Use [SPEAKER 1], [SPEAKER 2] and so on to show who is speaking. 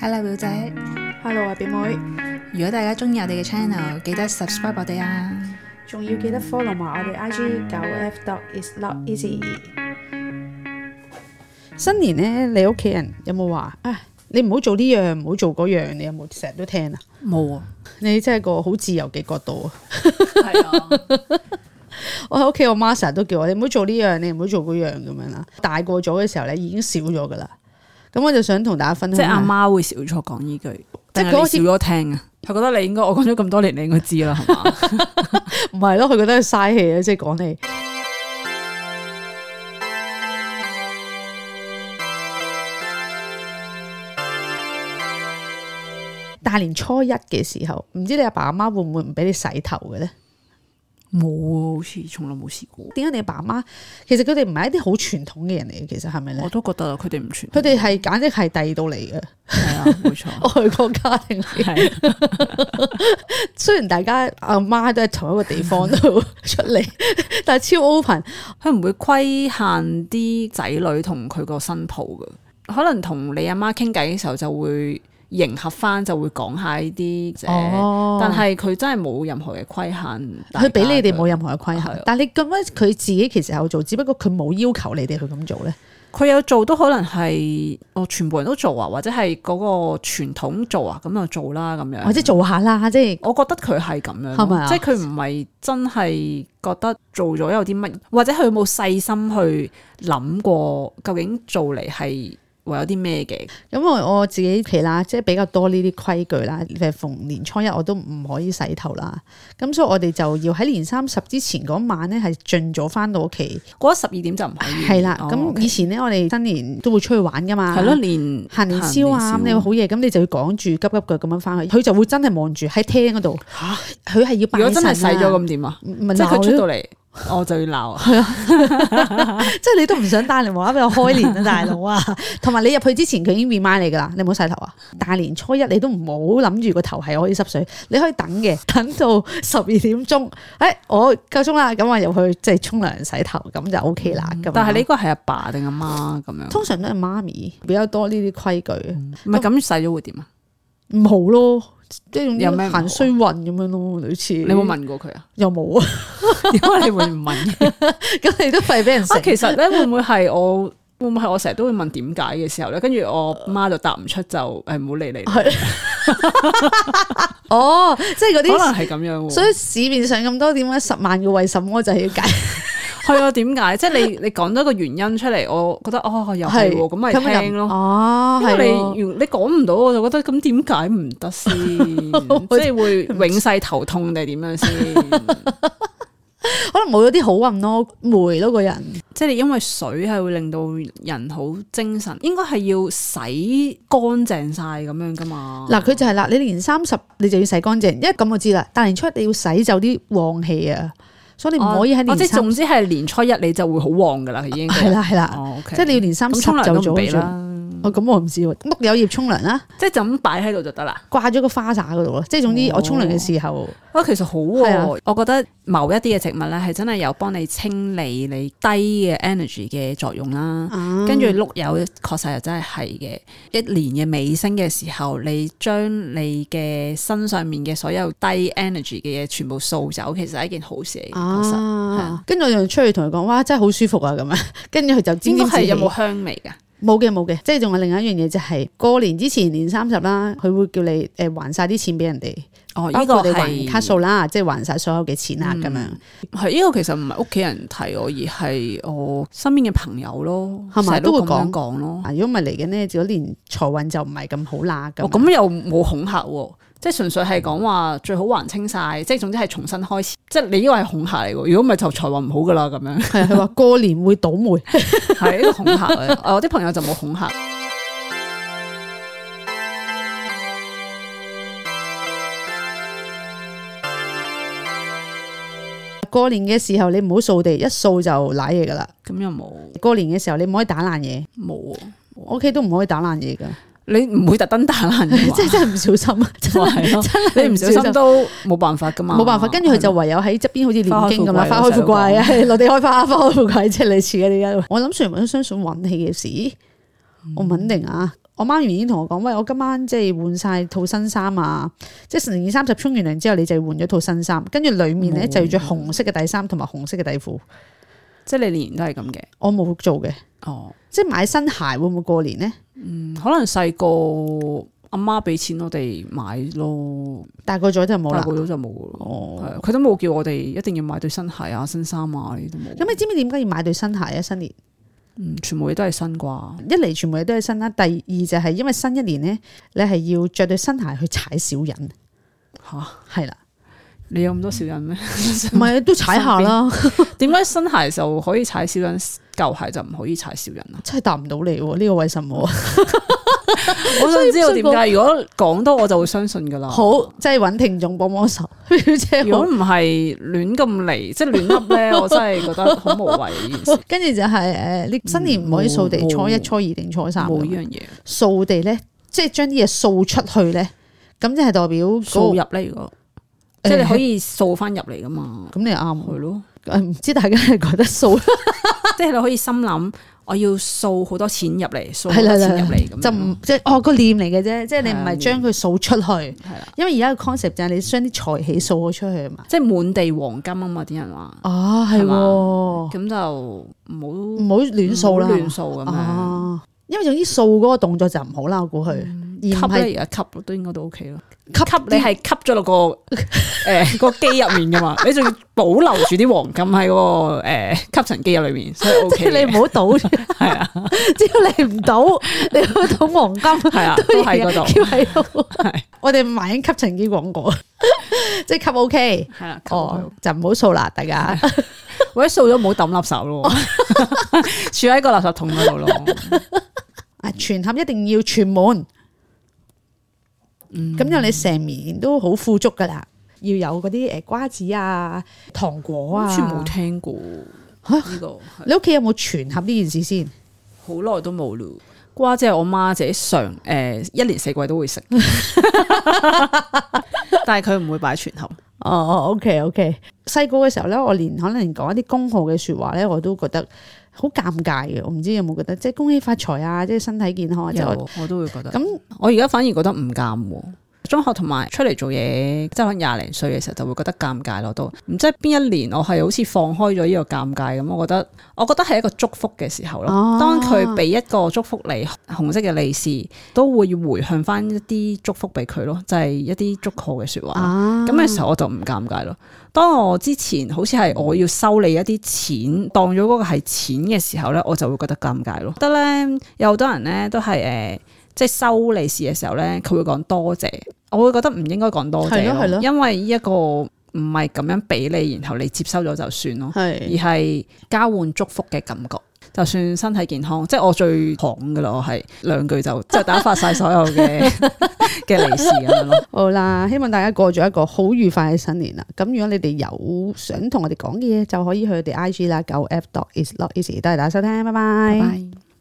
[SPEAKER 1] Hello 表姐，
[SPEAKER 2] Hello 啊，表妹，
[SPEAKER 1] 如果大家中意我哋嘅 channel，記得 subscribe 我哋啊！
[SPEAKER 2] 仲要記得 follow 埋我哋 IG 九 F dot is not easy。
[SPEAKER 3] 新年咧，你屋企人有冇話啊？你唔好做呢樣，唔好做嗰樣，你有冇成日都聽啊？
[SPEAKER 1] 冇啊，
[SPEAKER 3] 你真係個好自由嘅角度啊！
[SPEAKER 1] 係 啊，
[SPEAKER 3] 我喺屋企，我媽成日都叫我，你唔好做呢樣，你唔好做嗰樣咁樣啦。大個咗嘅時候咧，已經少咗噶啦。咁我就想同大家分
[SPEAKER 4] 即
[SPEAKER 3] 享
[SPEAKER 4] 系
[SPEAKER 3] 下，
[SPEAKER 4] 阿媽會少咗講呢句，
[SPEAKER 3] 即係
[SPEAKER 4] 定
[SPEAKER 3] 佢
[SPEAKER 4] 係
[SPEAKER 3] 好
[SPEAKER 4] 你
[SPEAKER 3] 似
[SPEAKER 4] 少咗聽啊。佢覺得你應該，我講咗咁多年，你應該知啦， 係嘛？
[SPEAKER 3] 唔係咯，佢覺得係嘥氣啊，即係講你。大年初一嘅時候，唔知你阿爸阿媽會唔會唔俾你洗頭嘅咧？
[SPEAKER 4] 冇啊，好似從來冇試過。
[SPEAKER 3] 點解你阿爸阿媽其實佢哋唔係一啲好傳統嘅人嚟嘅？其實係咪咧
[SPEAKER 4] 我？都覺得啊，佢哋唔全，
[SPEAKER 3] 佢哋係簡直係第二度嚟嘅
[SPEAKER 4] 係 啊，冇錯，
[SPEAKER 3] 外國家庭嚟。
[SPEAKER 4] 係 啊
[SPEAKER 3] 雖然大家阿媽都係同一個地方度出嚟，但係超 open。
[SPEAKER 4] 佢唔會規限啲仔女同佢個新抱嘅，可能同你阿媽傾偈嘅時候就會迎合翻，就會講下呢啲啫。
[SPEAKER 3] 哦
[SPEAKER 4] 但係佢真係冇任何嘅規限，
[SPEAKER 3] 佢俾你哋冇任何嘅規
[SPEAKER 4] 係
[SPEAKER 3] 限
[SPEAKER 4] 啊，
[SPEAKER 3] 但係你咁樣佢自己其實有做，只不過佢冇要求你哋去咁做咧。
[SPEAKER 4] 佢有做都可能係我全部人都做啊，或者係嗰個傳統做啊，咁就做啦咁樣。
[SPEAKER 3] 或者做下啦，即係
[SPEAKER 4] 我覺得佢係咁樣咯，
[SPEAKER 3] 係咪啊
[SPEAKER 4] 即係佢唔係真係覺得做咗有啲乜，或者佢冇細心去諗過究竟做嚟係為有啲咩嘅。
[SPEAKER 3] 咁我我自己屋企啦，即係比較多呢啲規矩啦。譬如逢年初一我都唔可以洗頭啦，咁所以我哋就要喺年三十之前嗰晚咧係盡早翻到屋企。
[SPEAKER 4] 過咗十二點就唔可以。
[SPEAKER 3] 係啦，
[SPEAKER 4] 哦
[SPEAKER 3] 咁
[SPEAKER 4] OK
[SPEAKER 3] 以前咧我哋新年都會出去玩噶嘛。
[SPEAKER 4] 係咯，連
[SPEAKER 3] 行年宵啊，咁你會好夜，咁你就要趕住急急腳咁樣翻去，佢就會真係望住喺廳嗰度，佢係要
[SPEAKER 4] 如果真係
[SPEAKER 3] 係
[SPEAKER 4] 洗咗咁點啊？
[SPEAKER 3] 咁
[SPEAKER 4] 即係佢出到嚟，我就要鬧啊！
[SPEAKER 3] 即係你都唔想帶嚟無啦啦俾我開年啊，大佬 啊！同埋你入去之前，佢已經 remind 你噶啦，你唔好洗頭啊！大年初一你都唔好諗住個頭係可以濕水，你可以等嘅， 等到十二點鐘，哎，我夠鐘啦，咁我入去即係沖涼洗頭，咁就 OK 啦。咁樣
[SPEAKER 4] 嗯但係呢個係阿爸定阿媽咁樣，
[SPEAKER 3] 通常都係媽咪比較多呢啲規矩，
[SPEAKER 4] 唔係咁洗咗會點啊？
[SPEAKER 3] 唔好咯，即係
[SPEAKER 4] 有
[SPEAKER 3] 用啲
[SPEAKER 4] 咩唔好啊
[SPEAKER 3] 行衰運咁樣咯，類似。你
[SPEAKER 4] 你有冇？問過佢 啊？
[SPEAKER 3] 又冇啊！
[SPEAKER 4] 點解你會唔問嘅？
[SPEAKER 3] 咁你都費俾人食
[SPEAKER 4] 啊，。其實咧會唔會係我？會唔會係我成日都會問點解嘅時候咧，跟住我媽就答唔出就誒唔好理你啦，
[SPEAKER 3] 哦，即係嗰
[SPEAKER 4] 可能
[SPEAKER 3] 啲，
[SPEAKER 4] 係咁樣喎。
[SPEAKER 3] 所以市面上咁多點解十萬個為什麼就係要解
[SPEAKER 4] 係啊，點解？即係你你講多個原因出嚟，我覺得哦又係喎，咁咪
[SPEAKER 3] 咁又
[SPEAKER 4] 聽咯。
[SPEAKER 3] 哦，
[SPEAKER 4] 因
[SPEAKER 3] 係
[SPEAKER 4] 為
[SPEAKER 3] 喎
[SPEAKER 4] 你如你講唔到，我就覺得咁點解唔得 先？即係會永世頭痛定係點樣先？
[SPEAKER 3] 可能冇咗啲好運咯，霉咯個人。
[SPEAKER 4] 即係你因為水係會令到人好精神，應該係要洗乾淨晒咁樣噶嘛。
[SPEAKER 3] 嗱，佢就係啦，你年三十你就要洗乾淨，因為咁我知啦。大年初一你要洗走啲旺氣啊，所以你唔可以喺
[SPEAKER 4] 哦
[SPEAKER 3] 年
[SPEAKER 4] 即係
[SPEAKER 3] 三
[SPEAKER 4] 總之係年初一你就會好旺噶啦，已經
[SPEAKER 3] 係 啦係啦，
[SPEAKER 4] 哦，OK
[SPEAKER 3] 即係你要年三
[SPEAKER 4] 咁
[SPEAKER 3] 十
[SPEAKER 4] 沖涼
[SPEAKER 3] 就
[SPEAKER 4] 都唔
[SPEAKER 3] 做
[SPEAKER 4] 俾
[SPEAKER 3] 咗。
[SPEAKER 4] 啦，
[SPEAKER 3] 哦，咁我唔知喎，碌柚葉沖涼啦，
[SPEAKER 4] 即係就咁擺喺度就得啦。
[SPEAKER 3] 掛咗個花灑嗰度咯。即係總之我沖涼嘅時候，
[SPEAKER 4] 啊，其實好
[SPEAKER 3] 係
[SPEAKER 4] 喎、
[SPEAKER 3] 啊
[SPEAKER 4] 我覺得某一啲嘅植物咧，係真係有幫你清理你低嘅 energy 嘅作用啦。
[SPEAKER 3] 啊
[SPEAKER 4] 跟住碌柚確實又真係係嘅。一年嘅尾聲嘅時候，你將你嘅身上面嘅所有低 energy 嘅嘢全部掃走，其實係一件好事嚟嘅。確實係
[SPEAKER 3] 啊
[SPEAKER 4] 啊，
[SPEAKER 3] 跟住我就出去同佢講，哇，真係好舒服啊咁樣。跟住佢就沾
[SPEAKER 4] 應該
[SPEAKER 3] 沾自
[SPEAKER 4] 係
[SPEAKER 3] 喜
[SPEAKER 4] 有冇香味㗎？
[SPEAKER 3] 冇嘅冇嘅，即係仲有另外一樣嘢就係過年之前年三十啦，佢會叫你誒還晒啲錢俾人哋。包
[SPEAKER 4] 哦，呢
[SPEAKER 3] 括
[SPEAKER 4] 個
[SPEAKER 3] 你還卡
[SPEAKER 4] 係嗯
[SPEAKER 3] 數啦，即係還晒所有嘅錢啦，咁樣
[SPEAKER 4] 係呢個其實唔係屋企人提我，而係我身邊嘅朋友咯，
[SPEAKER 3] 係咪
[SPEAKER 4] 成日都
[SPEAKER 3] 都會
[SPEAKER 4] 咁樣
[SPEAKER 3] 講
[SPEAKER 4] 講咯。
[SPEAKER 3] 啊！如果唔係嚟緊呢，嗰年財運就唔係咁好啦。咁
[SPEAKER 4] 哦，咁又冇恐嚇喎，即係純粹係講話最好還清晒，即係總之係重新開始。即係你呢個係恐嚇嚟喎，如果唔係就財運唔好噶啦咁樣，
[SPEAKER 3] 係佢話過年會倒霉，
[SPEAKER 4] 係呢個恐嚇 嚟。我哦啲朋友就冇恐嚇。
[SPEAKER 3] 過年嘅時候你唔好掃地，一掃就瀨嘢噶啦。
[SPEAKER 4] 咁又冇
[SPEAKER 3] 過年嘅時候你唔可以打爛嘢，
[SPEAKER 4] 冇喎，
[SPEAKER 3] 我屋企都唔可以打爛嘢 噶，
[SPEAKER 4] 你唔會特登打爛嘅 話
[SPEAKER 3] 即係真係唔小心，啊真
[SPEAKER 4] 哇
[SPEAKER 3] 係
[SPEAKER 4] 係咯
[SPEAKER 3] 真係
[SPEAKER 4] 你唔小心都冇辦法噶嘛，
[SPEAKER 3] 冇辦法。跟住佢就
[SPEAKER 4] 係
[SPEAKER 3] 唯有喺側邊好似念經咁啦，花
[SPEAKER 4] 花
[SPEAKER 3] 開
[SPEAKER 4] 開
[SPEAKER 3] 富
[SPEAKER 4] 富
[SPEAKER 3] 貴
[SPEAKER 4] 貴
[SPEAKER 3] 啊，係落地開花，花開富貴，即係類似嘅呢啲。我諗全部都相信運氣嘅事，我唔肯定啊。我媽原已經同我講，喂，我今晚即係換晒套新衫啊！即係年二三十沖完涼之後，你就要換咗套新衫，跟住裡面咧就要着紅色嘅底衫同埋紅色嘅底褲。
[SPEAKER 4] 即係你年年都係咁嘅。
[SPEAKER 3] 我冇做嘅，
[SPEAKER 4] 哦，
[SPEAKER 3] 即係買新鞋會唔會過年呢？
[SPEAKER 4] 嗯，可能細個阿媽俾錢我哋買咯，
[SPEAKER 3] 大個咗就冇
[SPEAKER 4] 大
[SPEAKER 3] 啦
[SPEAKER 4] 個。咗就冇咯。係
[SPEAKER 3] 哦，
[SPEAKER 4] 啊佢都冇叫我哋一定要買對新鞋啊、新衫啊，呢啲都冇。
[SPEAKER 3] 咁你知唔知點解要買對新鞋啊？新年
[SPEAKER 4] 嗯，全部嘢都係新啩。
[SPEAKER 3] 一嚟全部嘢都係新啦，第二就係因為新一年呢，你係要着對新鞋去踩小人，
[SPEAKER 4] 吓，
[SPEAKER 3] 係啦，
[SPEAKER 4] 你有咁多小人 咩？
[SPEAKER 3] 唔係都踩下啦，
[SPEAKER 4] 點解新鞋就可以踩小人，舊鞋就唔可以踩小人啊？
[SPEAKER 3] 真係答唔到你喎，呢個為什麼？
[SPEAKER 4] 我想知道點解。如果講多我就會相信 噶啦。
[SPEAKER 3] 好，即係揾聽眾幫幫手，
[SPEAKER 4] 如果唔係亂咁嚟，即係亂噏咧，我真係覺得好無謂呢件事。
[SPEAKER 3] 跟住就係、誒，你新年唔可以掃地，
[SPEAKER 4] 冇
[SPEAKER 3] 初一、初二定初三
[SPEAKER 4] 哦冇
[SPEAKER 3] 咁。
[SPEAKER 4] 呢樣嘢，
[SPEAKER 3] 掃地咧，即係將啲嘢掃出去咧，咁即係代表嗰
[SPEAKER 4] 掃
[SPEAKER 3] 個
[SPEAKER 4] 入咧，如 果即係你可以掃翻入嚟噶嘛。
[SPEAKER 3] 咁你
[SPEAKER 4] 係
[SPEAKER 3] 啱
[SPEAKER 4] 咯，
[SPEAKER 3] 喎，唔知大家係覺得掃
[SPEAKER 4] 即係你可以心諗，我要掃好多錢入嚟，掃好
[SPEAKER 3] 係啦係啦
[SPEAKER 4] 多錢入嚟咁樣。啊
[SPEAKER 3] 就唔即係哦個念嚟嘅啫，即係你唔係將佢掃出去，
[SPEAKER 4] 係啦，
[SPEAKER 3] 因為而家個 concept 就係你將啲財氣掃咗出去啊嘛。
[SPEAKER 4] 即係滿地黃金啊嘛，啲人話。
[SPEAKER 3] 哦，係
[SPEAKER 4] 啊係
[SPEAKER 3] 喎，
[SPEAKER 4] 嘛
[SPEAKER 3] 唔
[SPEAKER 4] 咁就唔好唔
[SPEAKER 3] 好亂掃啦
[SPEAKER 4] 好。亂掃咁啊樣。
[SPEAKER 3] 哦，因為總之掃嗰個動作就唔好啦，我估佢，而唔
[SPEAKER 4] 吸
[SPEAKER 3] 係
[SPEAKER 4] 咧而家吸都應該都 OK 咯。
[SPEAKER 3] 吸
[SPEAKER 4] 吸你係吸咗 落個誒個機入面噶嘛，你仲要保留住啲黃金喺嗰個誒吸塵機入裏面，所以 OK
[SPEAKER 3] 即係
[SPEAKER 4] 嘅。
[SPEAKER 3] 你唔好賭，只
[SPEAKER 4] 係啊
[SPEAKER 3] 要你唔賭， 你去賭黃金。
[SPEAKER 4] 係啊，都喺嗰度
[SPEAKER 3] 叫喺度
[SPEAKER 4] 係。
[SPEAKER 3] 我哋買緊吸塵機廣告， 即係吸 OK。
[SPEAKER 4] 係啦。吸落
[SPEAKER 3] 哦
[SPEAKER 4] 去，
[SPEAKER 3] 就唔好掃啦，大家。
[SPEAKER 4] 或者掃咗唔好抌垃圾
[SPEAKER 3] 哦
[SPEAKER 4] 咯，儲喺個垃圾桶嗰度咯。
[SPEAKER 3] 啊，全盒一定要全滿。
[SPEAKER 4] 嗯
[SPEAKER 3] 咁樣你成年都好富足噶啦。要有嗰啲誒呃瓜子啊、糖果
[SPEAKER 4] 好
[SPEAKER 3] 啊。
[SPEAKER 4] 似冇聽過呢個，係
[SPEAKER 3] 你屋企有冇全盒呢件事先？
[SPEAKER 4] 好耐都冇咯。瓜姐係我媽自己常誒一年四季都會 食，但係佢唔會擺全盒。
[SPEAKER 3] 哦，OK OK。細個嘅時候咧，我連可能講一啲恭賀嘅説話咧，我都覺得好尷尬嘅。我唔知有冇覺得，即係恭喜發財啊，即係身體健康啊，即係我
[SPEAKER 4] 有，我都會覺得。
[SPEAKER 3] 咁
[SPEAKER 4] 咁我而家反而覺得唔尷喎。中學同埋出嚟做嘢，即係可能廿零歲嘅時候就會覺得尷尬咯，都唔知係邊一年我係好似放開咗呢個尷尬咁，我覺得我覺得係一個祝福嘅時候咯。
[SPEAKER 3] 哦
[SPEAKER 4] 當佢俾一個祝福你，紅色嘅利是都會回向翻一啲祝福俾佢咯，就係、一啲祝賀嘅説話。
[SPEAKER 3] 啊
[SPEAKER 4] 咁嘅時候我就唔尷尬咯。當我之前好似係我要收你一啲錢，當咗嗰個係錢嘅時候咧，我就會覺得尷尬咯。覺得咧有好多人咧都係誒、呃即係收利是嘅時候咧，佢會講多謝，我會覺得唔應該講多謝
[SPEAKER 3] 係咯係
[SPEAKER 4] 咯
[SPEAKER 3] 咯，
[SPEAKER 4] 因為呢一個唔係咁樣俾你，然後你接收咗就算咯，而
[SPEAKER 3] 係
[SPEAKER 4] 係交換祝福嘅感覺。就算身體健康，即係我最行噶啦，我係兩句就就打發晒所有 嘅嘅利是咁樣咯。
[SPEAKER 3] 好啦，希望大家過咗一個好愉快嘅新年啦。咁如果你哋有想同我哋講嘅嘢，就可以去我哋 I G 啦，九 F dot is not easy，多謝大家收聽，拜拜
[SPEAKER 4] 拜。拜